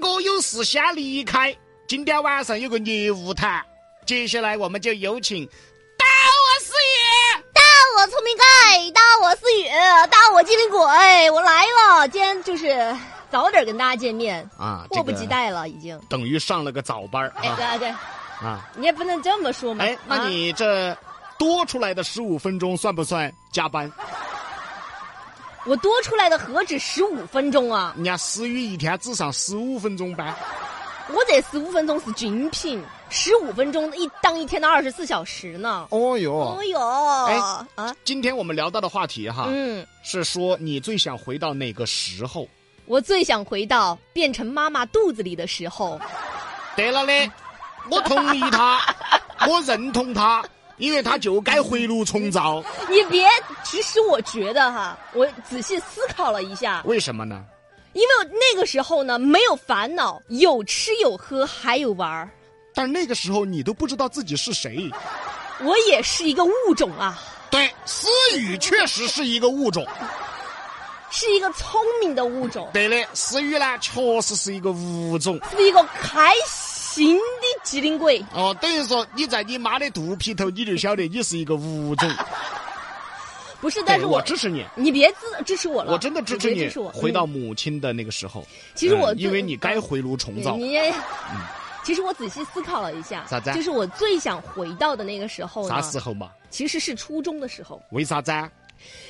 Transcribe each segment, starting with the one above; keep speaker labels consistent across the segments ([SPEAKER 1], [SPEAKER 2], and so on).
[SPEAKER 1] 哥有事先离开，今天晚上有个业务谈。接下来我们就有请大我师爷。
[SPEAKER 2] 大我聪明盖，大我思雨，大我机灵鬼，我来了。今天就是早点跟大家见面
[SPEAKER 1] 啊
[SPEAKER 2] 迫不及，待了，已经。
[SPEAKER 1] 等于上了个早班儿
[SPEAKER 2] 哎，对
[SPEAKER 1] 啊
[SPEAKER 2] 啊对，
[SPEAKER 1] 啊！
[SPEAKER 2] 你也不能这么说嘛。
[SPEAKER 1] 哎，那
[SPEAKER 2] 啊
[SPEAKER 1] 你这多出来的十五分钟算不算加班？
[SPEAKER 2] 我多出来的何止十五分钟啊？
[SPEAKER 1] 人家思雨一天只上十五分钟班，
[SPEAKER 2] 我这十五分钟是精品，十五分钟一当一天的二十四小时呢。
[SPEAKER 1] 哦哟
[SPEAKER 2] 哦。哟，
[SPEAKER 1] 哎
[SPEAKER 2] 啊，
[SPEAKER 1] 今天我们聊到的话题哈，
[SPEAKER 2] 嗯，
[SPEAKER 1] 是说你最想回到哪个时候？
[SPEAKER 2] 我最想回到变成妈妈肚子里的时候。
[SPEAKER 1] 对了嘞，我同意 他，我认同他，因为他就该回炉重造。
[SPEAKER 2] 你别，其实我觉得哈，我仔细思考了一下，
[SPEAKER 1] 为什么呢？
[SPEAKER 2] 因为那个时候呢，没有烦恼，有吃有喝，还有玩儿。
[SPEAKER 1] 但那个时候你都不知道自己是谁。
[SPEAKER 2] 我也是一个物种啊，
[SPEAKER 1] 对，思雨确实是一个物种。
[SPEAKER 2] 是一个聪明的物种，
[SPEAKER 1] 对嘞，思雨呢，确实是一个物种。
[SPEAKER 2] 是一个开心的机灵鬼。
[SPEAKER 1] 哦，等于说你在你妈的肚皮头，你就晓得你是一个物种。
[SPEAKER 2] 不是，但
[SPEAKER 1] 对
[SPEAKER 2] 是
[SPEAKER 1] 啊我
[SPEAKER 2] 我
[SPEAKER 1] 支持你，
[SPEAKER 2] 你别支支持我了，
[SPEAKER 1] 我真的支持
[SPEAKER 2] 别
[SPEAKER 1] 你
[SPEAKER 2] 支持我。
[SPEAKER 1] 回到
[SPEAKER 2] 嗯
[SPEAKER 1] 母亲的那个时候。
[SPEAKER 2] 其实我
[SPEAKER 1] 嗯
[SPEAKER 2] 最
[SPEAKER 1] 因为你该回炉重造嗯
[SPEAKER 2] 你。你也，其实我仔细思考了一下，
[SPEAKER 1] 咋子啊
[SPEAKER 2] 就是我最想回到的那个时候
[SPEAKER 1] 啥
[SPEAKER 2] 呢，
[SPEAKER 1] 时候嘛？
[SPEAKER 2] 其实是初中的时候，
[SPEAKER 1] 为啥子啊？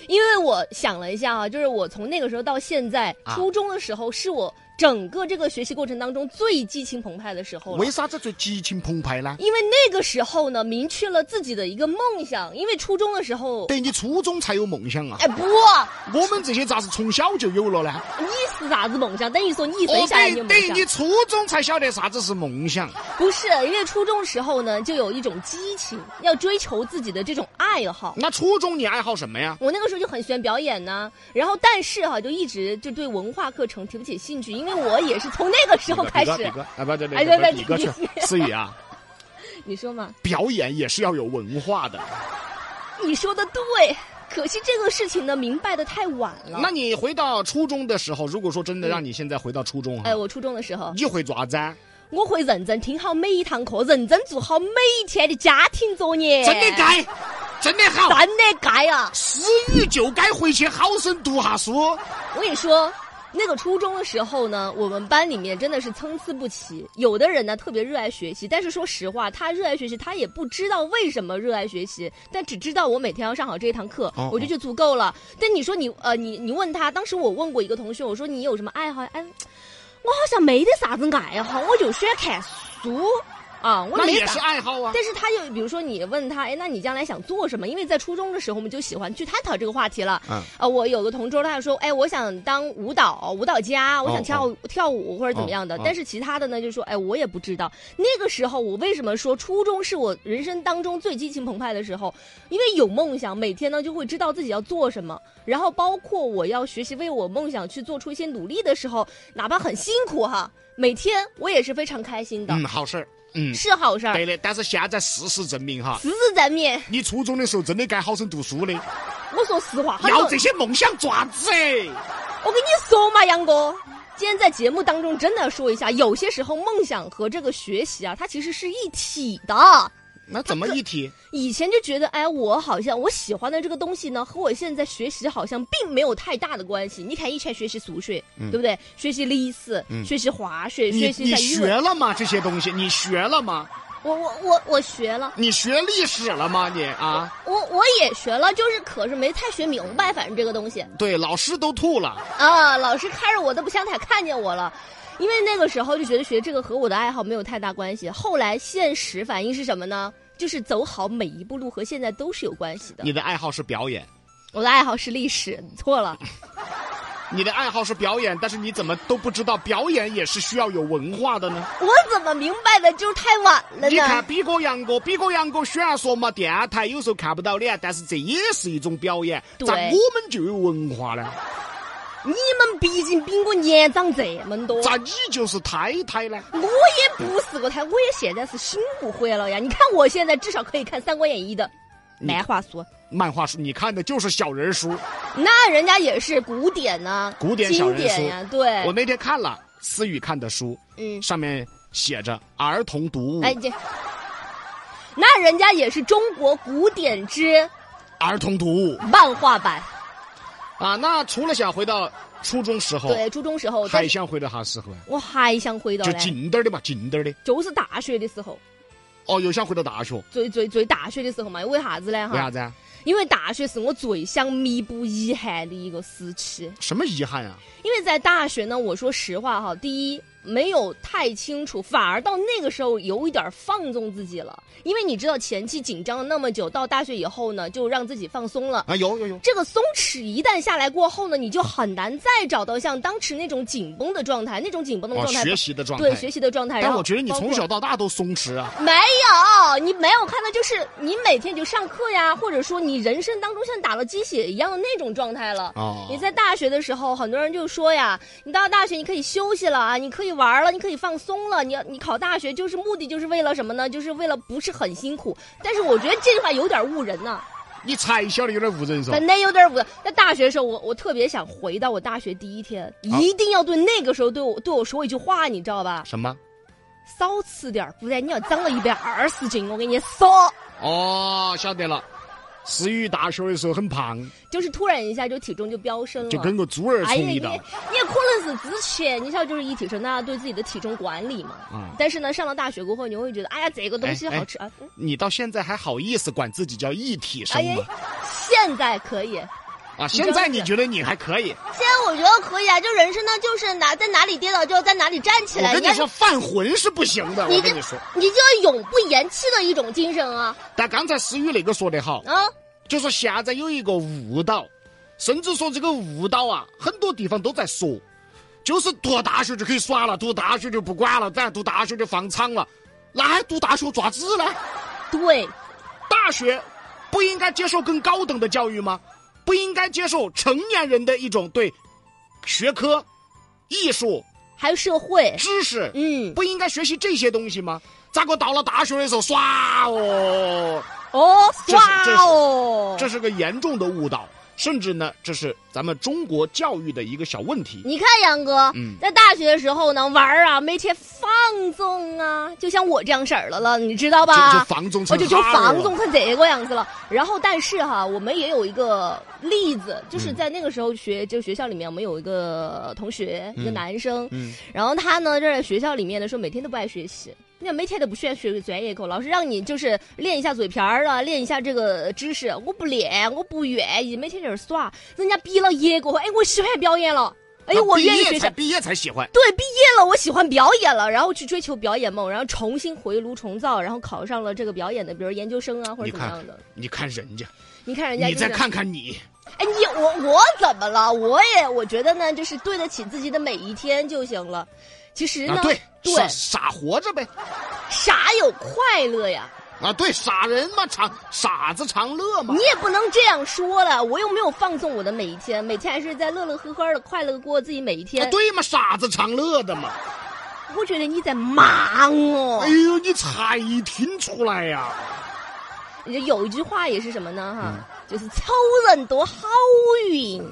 [SPEAKER 2] 因为我想了一下啊，就是我从那个时候到现在，
[SPEAKER 1] 啊
[SPEAKER 2] 初中的时候是我整个这个学习过程当中最激情澎湃的时候了
[SPEAKER 1] 为。啥子最激情澎湃呢？
[SPEAKER 2] 因为那个时候呢，明确了自己的一个梦想。因为初中的时候，
[SPEAKER 1] 对你初中才有梦想啊！
[SPEAKER 2] 哎不，
[SPEAKER 1] 我们这些咋是从小就有了呢？
[SPEAKER 2] 你是啥子梦想？等于说你生
[SPEAKER 1] 哦，
[SPEAKER 2] 下来就
[SPEAKER 1] 对
[SPEAKER 2] 有梦
[SPEAKER 1] 对，
[SPEAKER 2] 想
[SPEAKER 1] 你？初中才晓得啥子是梦想。
[SPEAKER 2] 不是，因为初中的时候呢，就有一种激情，要追求自己的这种爱好。
[SPEAKER 1] 那初中你爱好什么呀？
[SPEAKER 2] 我那个时候就很喜欢表演呢、然后但是哈、就一直就对文化课程提不起兴趣，因为我也是从那个时候开
[SPEAKER 1] 比
[SPEAKER 2] 始
[SPEAKER 1] 哥，，啊不对
[SPEAKER 2] 哎
[SPEAKER 1] 对
[SPEAKER 2] 对
[SPEAKER 1] 对，
[SPEAKER 2] 对
[SPEAKER 1] 比哥去
[SPEAKER 2] 你。
[SPEAKER 1] 思雨啊，
[SPEAKER 2] 你说嘛？
[SPEAKER 1] 表演也是要有文化 的。
[SPEAKER 2] 你说的对，可惜这个事情呢，明白的太晚了。
[SPEAKER 1] 那你回到初中的时候，如果说真的让你现在回到初中啊
[SPEAKER 2] 嗯哎，，我初中的时候，
[SPEAKER 1] 你会做啥子？啊？
[SPEAKER 2] 我会认真听好每一堂课，认真做好每一天的家庭作业。
[SPEAKER 1] 真的，该，真的好。
[SPEAKER 2] 真的该啊！
[SPEAKER 1] 思雨就该回去好生读下书。
[SPEAKER 2] 我跟你说，那个初中的时候呢，我们班里面真的是参差不齐。有的人呢特别热爱学习，但是说实话，他热爱学习，他也不知道为什么热爱学习，但只知道我每天要上好这一堂课
[SPEAKER 1] 哦，
[SPEAKER 2] 我就觉得足够了。但你说你呃，你你问他，当时我问过一个同学，我说你有什么爱好呀？哎，我好像没得啥子爱好，我就喜欢看书啊，我
[SPEAKER 1] 那
[SPEAKER 2] 没
[SPEAKER 1] 也
[SPEAKER 2] 啥
[SPEAKER 1] 是。爱好啊。
[SPEAKER 2] 但是他就比如说你问他，哎，那你将来想做什么？因为在初中的时候我们就喜欢去探讨这个话题了。
[SPEAKER 1] 嗯
[SPEAKER 2] 呃，我有个同桌，他就说，哎，我想当舞蹈舞蹈家，我
[SPEAKER 1] 哦
[SPEAKER 2] 想跳舞、跳舞或者怎么样的。
[SPEAKER 1] 哦哦
[SPEAKER 2] 但是其他的呢，就说，哎，我也不知道。那个时候我为什么说初中是我人生当中最激情澎湃的时候？因为有梦想，每天呢就会知道自己要做什么，然后包括我要学习为我梦想去做出一些努力的时候，哪怕很辛苦哈，每天我也是非常开心的，
[SPEAKER 1] 嗯，好事儿。嗯，
[SPEAKER 2] 是啊好事儿。
[SPEAKER 1] 对的，但是现在事实证明哈，
[SPEAKER 2] 实实在面，
[SPEAKER 1] 你初中的时候真的该好生读书的，
[SPEAKER 2] 我说实话，很多
[SPEAKER 1] 要这些梦想爪子。哎
[SPEAKER 2] 我跟你说嘛，杨哥，今天在节目当中真的要说一下，有些时候梦想和这个学习啊，它其实是一体的。
[SPEAKER 1] 那怎么一提？
[SPEAKER 2] 以前就觉得，哎，我好像我喜欢的这个东西呢，和我现在学习好像并没有太大的关系。你看，以前学习数学，对不对？学习历史，学习化学，
[SPEAKER 1] 嗯你
[SPEAKER 2] 学习一
[SPEAKER 1] 你
[SPEAKER 2] 下语
[SPEAKER 1] 学
[SPEAKER 2] 文。
[SPEAKER 1] 了吗？这些东西你学了吗？
[SPEAKER 2] 我我我我学了，
[SPEAKER 1] 你学历史了吗？你啊，
[SPEAKER 2] 我我也学了，就是可是没太学明白，反正这个东西。
[SPEAKER 1] 对，老师都吐了。
[SPEAKER 2] 啊，老师开着我都不想太看见我了。因为那个时候就觉得学这个和我的爱好没有太大关系，后来现实反应是什么呢？就是走好每一步路和现在都是有关系的。
[SPEAKER 1] 你的爱好是表演，
[SPEAKER 2] 我的爱好是历史，你错了，
[SPEAKER 1] 你的爱好是表演，但是你怎么都不知道表演也是需要有文化的呢？
[SPEAKER 2] 我怎么明白的就是太晚了
[SPEAKER 1] 你看
[SPEAKER 2] 呢？
[SPEAKER 1] 比哥、杨哥，比哥、杨哥虽然说嘛，电台有时候看不到脸，但是这也是一种表演，
[SPEAKER 2] 对
[SPEAKER 1] 咋我们就有文化呢？
[SPEAKER 2] 你们毕竟比我年长这么多，
[SPEAKER 1] 咋你就是太太呢？
[SPEAKER 2] 我也不是个太，我也现在是新入会了呀。你看我现在至少可以看《三国演义》的漫画书，
[SPEAKER 1] 漫画书，你看的就是小人书。
[SPEAKER 2] 那人家也是古典呢、啊
[SPEAKER 1] 古典小
[SPEAKER 2] 经
[SPEAKER 1] 人书
[SPEAKER 2] 典呀、对。
[SPEAKER 1] 我那天看了，思雨看的书，
[SPEAKER 2] 嗯，
[SPEAKER 1] 上面写着儿童读物，
[SPEAKER 2] 哎这，那人家也是中国古典之
[SPEAKER 1] 儿童读物
[SPEAKER 2] 漫画版，
[SPEAKER 1] 啊。那除了想回到初中时候，
[SPEAKER 2] 哦对，初中时候，但
[SPEAKER 1] 还
[SPEAKER 2] 是
[SPEAKER 1] 想回到啥时候啊？
[SPEAKER 2] 我还想回到
[SPEAKER 1] 就
[SPEAKER 2] 嘞，
[SPEAKER 1] 近点儿的嘛，近点儿的。
[SPEAKER 2] 就是大学的时候，
[SPEAKER 1] 哦，又想回到大学，
[SPEAKER 2] 最最最大学的时候嘛，为啥子呢？
[SPEAKER 1] 为啥
[SPEAKER 2] 哈，
[SPEAKER 1] 子啊？
[SPEAKER 2] 因为大学是我最想弥补遗憾的一个时期。
[SPEAKER 1] 什么遗憾啊？
[SPEAKER 2] 因为在大学呢，我说实话哈，第一没有太清楚，反而到那个时候有一点儿放纵自己了。因为你知道前期紧张了那么久，到大学以后呢，就让自己放松了。
[SPEAKER 1] 啊，有有有，
[SPEAKER 2] 这个松弛一旦下来过后呢，你就很难再找到像当时那种紧绷的状态，那种紧绷的
[SPEAKER 1] 哦，
[SPEAKER 2] 状态，
[SPEAKER 1] 学习的状态。
[SPEAKER 2] 对学习的状态。然
[SPEAKER 1] 但
[SPEAKER 2] 后
[SPEAKER 1] 我觉得你
[SPEAKER 2] 包括
[SPEAKER 1] 从小到大都松弛啊。
[SPEAKER 2] 没有，你没有看到，就是你每天就上课呀，或者说你人生当中像打了鸡血一样的那种状态了。
[SPEAKER 1] 哦，
[SPEAKER 2] 哎你在大学的时候，很多人就说呀，你到大学你可以休息了啊，你可以玩了，你可以放松了。你要你考大学就是目的就是为了什么呢？就是为了不是很辛苦。但是我觉得这句话有点误人呐、
[SPEAKER 1] 啊你才晓得有点无人是吧？
[SPEAKER 2] 本来有点误。在大学的时候，我我特别想回到我大学第一天，一定要对那个时候对我对我说一句话，你知道吧？
[SPEAKER 1] 什么？
[SPEAKER 2] 少吃点儿，不然你要长了一百二十斤，我跟你说。
[SPEAKER 1] 哦，晓得了。思雨大学的时候很胖，
[SPEAKER 2] 就是突然一下就体重就飙升了，
[SPEAKER 1] 就跟个猪儿
[SPEAKER 2] 哎
[SPEAKER 1] 虫
[SPEAKER 2] 呀，
[SPEAKER 1] 一
[SPEAKER 2] 你
[SPEAKER 1] 样。
[SPEAKER 2] 你可能是之前你晓得就是一体成，大家对自己的体重管理嘛。
[SPEAKER 1] 嗯哎
[SPEAKER 2] 但是呢，上了大学过后，你会觉得，哎呀，这个东西好吃啊！嗯
[SPEAKER 1] 你到现在还好意思管自己叫一体生
[SPEAKER 2] 哎呀
[SPEAKER 1] 吗？，
[SPEAKER 2] 现在可以，
[SPEAKER 1] 啊，现在你觉得你还可以？
[SPEAKER 2] 现在我觉得可以啊。就人生呢，就是哪在哪里跌倒就在哪里站起
[SPEAKER 1] 我
[SPEAKER 2] 来。
[SPEAKER 1] 跟你
[SPEAKER 2] 要
[SPEAKER 1] 说，犯浑是不行的。
[SPEAKER 2] 你
[SPEAKER 1] 我
[SPEAKER 2] 这
[SPEAKER 1] 跟你说，
[SPEAKER 2] 你就要永不言弃的一种精神啊
[SPEAKER 1] 但刚才思雨那个说得好，
[SPEAKER 2] 啊！
[SPEAKER 1] 就说现在有一个误导，甚至说这个误导啊，很多地方都在说，就是读大学就可以耍了，读大学就不管了，咱读大学就放场了，那还读大学爪子呢？
[SPEAKER 2] 对，
[SPEAKER 1] 大学不应该接受更高等的教育吗？不应该接受成年人的一种对学科、艺术、
[SPEAKER 2] 还有社会，
[SPEAKER 1] 知识，
[SPEAKER 2] 嗯，
[SPEAKER 1] 不应该学习这些东西吗？咋个到了大学的时候耍哦？
[SPEAKER 2] 哦，
[SPEAKER 1] 这是这是
[SPEAKER 2] 哇哦，
[SPEAKER 1] 这是个严重的误导，甚至呢，这是咱们中国教育的一个小问题。
[SPEAKER 2] 你看杨哥，
[SPEAKER 1] 嗯
[SPEAKER 2] 在大学的时候呢，玩儿啊，每天放纵啊，就像我这样式儿的了，你知道
[SPEAKER 1] 就就
[SPEAKER 2] 吧？
[SPEAKER 1] 房中
[SPEAKER 2] 嗯啊
[SPEAKER 1] 啊
[SPEAKER 2] 我
[SPEAKER 1] 成
[SPEAKER 2] 就
[SPEAKER 1] 哈
[SPEAKER 2] 就
[SPEAKER 1] 了
[SPEAKER 2] 放纵成这个样子了。然后，但是哈，我们也有一个例子，就是
[SPEAKER 1] 嗯
[SPEAKER 2] 在那个时候学，就学校里面我们有一个同学，一个
[SPEAKER 1] 嗯
[SPEAKER 2] 男生，
[SPEAKER 1] 嗯，
[SPEAKER 2] 然后他呢，就是在学校里面的时候，每天都不爱学习，那每天都不学学专业课，老师让你就是练一下嘴皮儿啊，练一下这个知识，我不练，我不愿意，每天在这儿耍。人家毕了业过后，哎，我喜欢表演了，哎呦，
[SPEAKER 1] 他
[SPEAKER 2] 我
[SPEAKER 1] 啊毕
[SPEAKER 2] 愿意
[SPEAKER 1] 业
[SPEAKER 2] 学习
[SPEAKER 1] 才。毕业才喜欢。
[SPEAKER 2] 对，毕业了，我喜欢表演了，然后去追求表演梦，然后重新回炉重造，然后考上了这个表演的，比如研究生啊，或者
[SPEAKER 1] 你
[SPEAKER 2] 怎么
[SPEAKER 1] 看
[SPEAKER 2] 样的。
[SPEAKER 1] 你看人家，
[SPEAKER 2] 你看人家、
[SPEAKER 1] 你
[SPEAKER 2] 就是，
[SPEAKER 1] 再看看你，
[SPEAKER 2] 哎，你我我怎么了？我也我觉得呢，就是对得起自己的每一天就行了。其实呢，
[SPEAKER 1] 啊，对，
[SPEAKER 2] 对
[SPEAKER 1] 傻傻活着呗，
[SPEAKER 2] 啥有快乐呀？
[SPEAKER 1] 啊，对，傻人嘛，常傻子常乐嘛
[SPEAKER 2] 你。也不能这样说了，我又没有放纵我的每一天，每天还是在乐乐呵呵的快乐地过自己每一
[SPEAKER 1] 啊
[SPEAKER 2] 天。
[SPEAKER 1] 对嘛，傻子常乐的嘛。
[SPEAKER 2] 我觉得你在哦骂我
[SPEAKER 1] 哎。呦，你才听出来呀、
[SPEAKER 2] 你这有一句话也是什么呢？哈，
[SPEAKER 1] 嗯
[SPEAKER 2] 就是丑人多好运。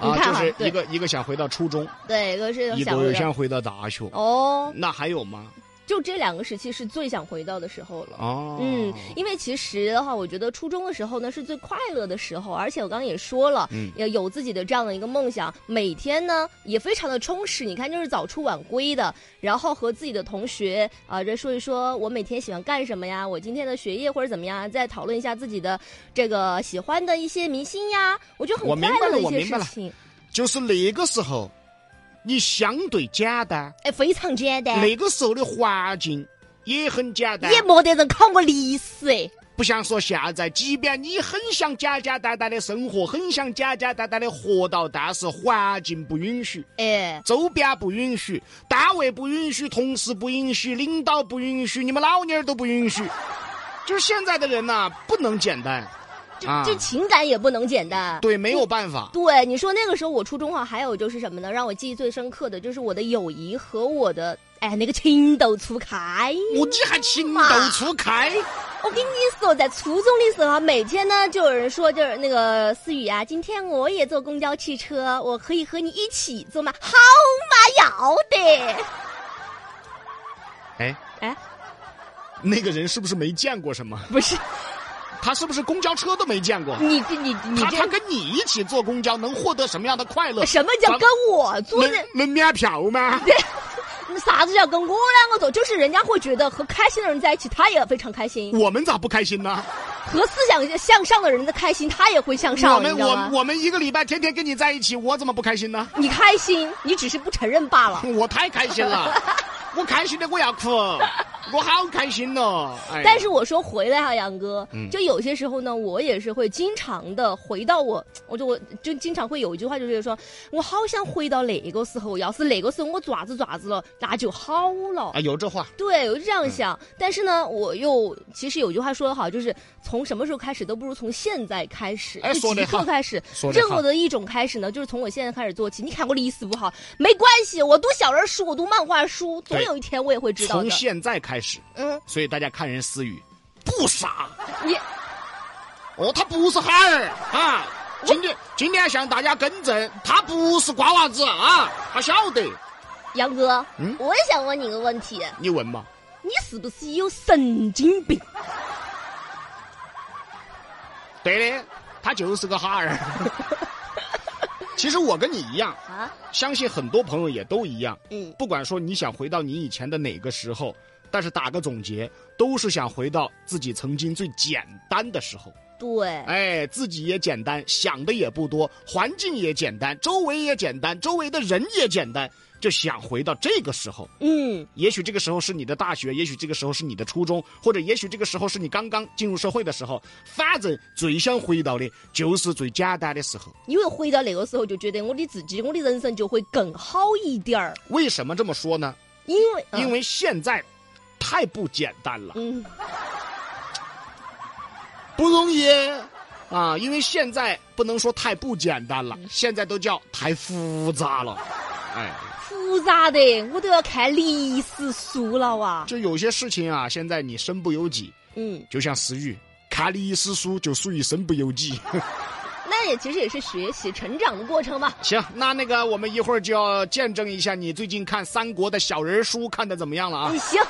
[SPEAKER 2] 你
[SPEAKER 1] 啊，
[SPEAKER 2] 看
[SPEAKER 1] 就
[SPEAKER 2] 哈
[SPEAKER 1] 是
[SPEAKER 2] 对
[SPEAKER 1] 一个一个想回到初中，
[SPEAKER 2] 对，可是
[SPEAKER 1] 一
[SPEAKER 2] 想
[SPEAKER 1] 个
[SPEAKER 2] 回
[SPEAKER 1] 又
[SPEAKER 2] 到
[SPEAKER 1] 想回到大学，
[SPEAKER 2] 哦，
[SPEAKER 1] 那还有吗？
[SPEAKER 2] 就这两个时期是最想回到的时候了。
[SPEAKER 1] 哦，
[SPEAKER 2] 嗯，因为其实的话，我觉得初中的时候呢是最快乐的时候，而且我刚刚也说了，
[SPEAKER 1] 嗯
[SPEAKER 2] 也有自己的这样的一个梦想，每天呢也非常的充实。你看，就是早出晚归的，然后和自己的同学啊，这、说一说我每天喜欢干什么呀，我今天的学业或者怎么样，再讨论一下自己的这个喜欢的一些明星呀，我觉得
[SPEAKER 1] 我
[SPEAKER 2] 很
[SPEAKER 1] 明
[SPEAKER 2] 快
[SPEAKER 1] 白
[SPEAKER 2] 乐的
[SPEAKER 1] 了
[SPEAKER 2] 一
[SPEAKER 1] 我
[SPEAKER 2] 些
[SPEAKER 1] 明白
[SPEAKER 2] 事
[SPEAKER 1] 了
[SPEAKER 2] 情。
[SPEAKER 1] 就是那个时候，你相对简单，
[SPEAKER 2] 哎，非常简单，
[SPEAKER 1] 那个时候的环境也很简单，
[SPEAKER 2] 也没得人考我历史哎。
[SPEAKER 1] 不像说现在，即便你很想简简单单的生活，很想简简单单的活到，但是环境不允许，
[SPEAKER 2] 哎，
[SPEAKER 1] 周边不允许，单位不允许，同事不允许，领导不允许，你们老娘儿都不允许。就是现在的人呐、不能简单，
[SPEAKER 2] 这、
[SPEAKER 1] 啊
[SPEAKER 2] 这情感也不能简单。
[SPEAKER 1] 对，没有办法。
[SPEAKER 2] 对，你说那个时候我初中啊，还有就是什么呢？让我记忆最深刻的就是我的友谊和我的哎那个情窦初开。
[SPEAKER 1] 我你还情窦初开，
[SPEAKER 2] 我跟你说，在初中的时候啊，每天呢就有人说，就是那个思雨啊，今天我也坐公交汽车，我可以和你一起坐吗？好嘛，要得。
[SPEAKER 1] 哎，
[SPEAKER 2] 哎，
[SPEAKER 1] 那个人是不是没见过什么？
[SPEAKER 2] 不是
[SPEAKER 1] 他是不是公交车都没见过？
[SPEAKER 2] 你这你嗯你
[SPEAKER 1] 他他
[SPEAKER 2] 这
[SPEAKER 1] 跟你一起坐公交能获得什么样的快乐？
[SPEAKER 2] 什么叫跟我坐呢？
[SPEAKER 1] 能能免票吗？
[SPEAKER 2] 啥子叫跟我两个坐？就是人家会觉得和开心的人在一起，他也非常开心；
[SPEAKER 1] 我们咋不开心呢？
[SPEAKER 2] 和思想向上的人的开心，他也会向
[SPEAKER 1] 我
[SPEAKER 2] 上，
[SPEAKER 1] 们
[SPEAKER 2] 你知道吗
[SPEAKER 1] 我？我们一个礼拜天天跟你在一起，我怎么不开心呢？
[SPEAKER 2] 你开心，你只是不承认罢了。
[SPEAKER 1] 我太开心 了，我开心的我要哭，我好开心哦！哎呀
[SPEAKER 2] 但是我说回来哈、啊杨哥
[SPEAKER 1] 嗯，
[SPEAKER 2] 就有些时候呢，我也是会经常的回到我，我就我就经常会有一句话，就是说我好想回到那个时候，要是那个时候我爪子爪子了，那就好了。
[SPEAKER 1] 啊，有这话，
[SPEAKER 2] 对，我就这样想。
[SPEAKER 1] 嗯
[SPEAKER 2] 但是呢，我又其实有句话说得好，就是从什么时候开始都不如从现在开始，
[SPEAKER 1] 哎
[SPEAKER 2] 就
[SPEAKER 1] 说
[SPEAKER 2] 即
[SPEAKER 1] 得
[SPEAKER 2] 刻
[SPEAKER 1] 好
[SPEAKER 2] 开始。
[SPEAKER 1] 说得
[SPEAKER 2] 任
[SPEAKER 1] 好
[SPEAKER 2] 何。的一种开始呢，就是从我现在开始做起。你看我历史不好，没关系，我读小人书，我读漫画书，总
[SPEAKER 1] 对
[SPEAKER 2] 有一天我也会知道
[SPEAKER 1] 从
[SPEAKER 2] 的。
[SPEAKER 1] 现在开始，
[SPEAKER 2] 嗯，
[SPEAKER 1] 所以大家看人思雨不傻，
[SPEAKER 2] 你
[SPEAKER 1] 哦，他不是孩儿啊。今天今天向大家更正，他不是瓜娃子啊，他晓得。
[SPEAKER 2] 杨哥，
[SPEAKER 1] 嗯
[SPEAKER 2] 我也想问你个问题，
[SPEAKER 1] 你问嘛？
[SPEAKER 2] 你是不是有神经病？
[SPEAKER 1] 对的，他就是个哈儿。其实我跟你一样，
[SPEAKER 2] 啊，
[SPEAKER 1] 相信很多朋友也都一样。
[SPEAKER 2] 嗯，
[SPEAKER 1] 不管说你想回到你以前的哪个时候，但是打个总结，都是想回到自己曾经最简单的时候。
[SPEAKER 2] 对，
[SPEAKER 1] 哎，自己也简单，想的也不多，环境也简单，周围也简单，周围的人也简单，就想回到这个时候。
[SPEAKER 2] 嗯，
[SPEAKER 1] 也许这个时候是你的大学，也许这个时候是你的初中，或者也许这个时候是你刚刚进入社会的时候。反正最想回到的就是最简单的时候。
[SPEAKER 2] 因为回到那个时候，就觉得我的自己，我的人生就会更好一点儿，
[SPEAKER 1] 为什么这么说呢？
[SPEAKER 2] 因为，
[SPEAKER 1] 因
[SPEAKER 2] 为，
[SPEAKER 1] 为现在太不简单了。
[SPEAKER 2] 嗯，
[SPEAKER 1] 不容易啊，因为现在不能说太不简单了，现在都叫太复杂了。哎，
[SPEAKER 2] 复杂的，我都要看历史书了哇。
[SPEAKER 1] 就有些事情啊，现在你身不由己，
[SPEAKER 2] 嗯，
[SPEAKER 1] 就像思玉看历史书就属于身不由己。
[SPEAKER 2] 那也其实也是学习成长的过程嘛。
[SPEAKER 1] 行，那那个我们一会儿就要见证一下你最近看三国的小人书看的怎么样了啊
[SPEAKER 2] 嗯，？行，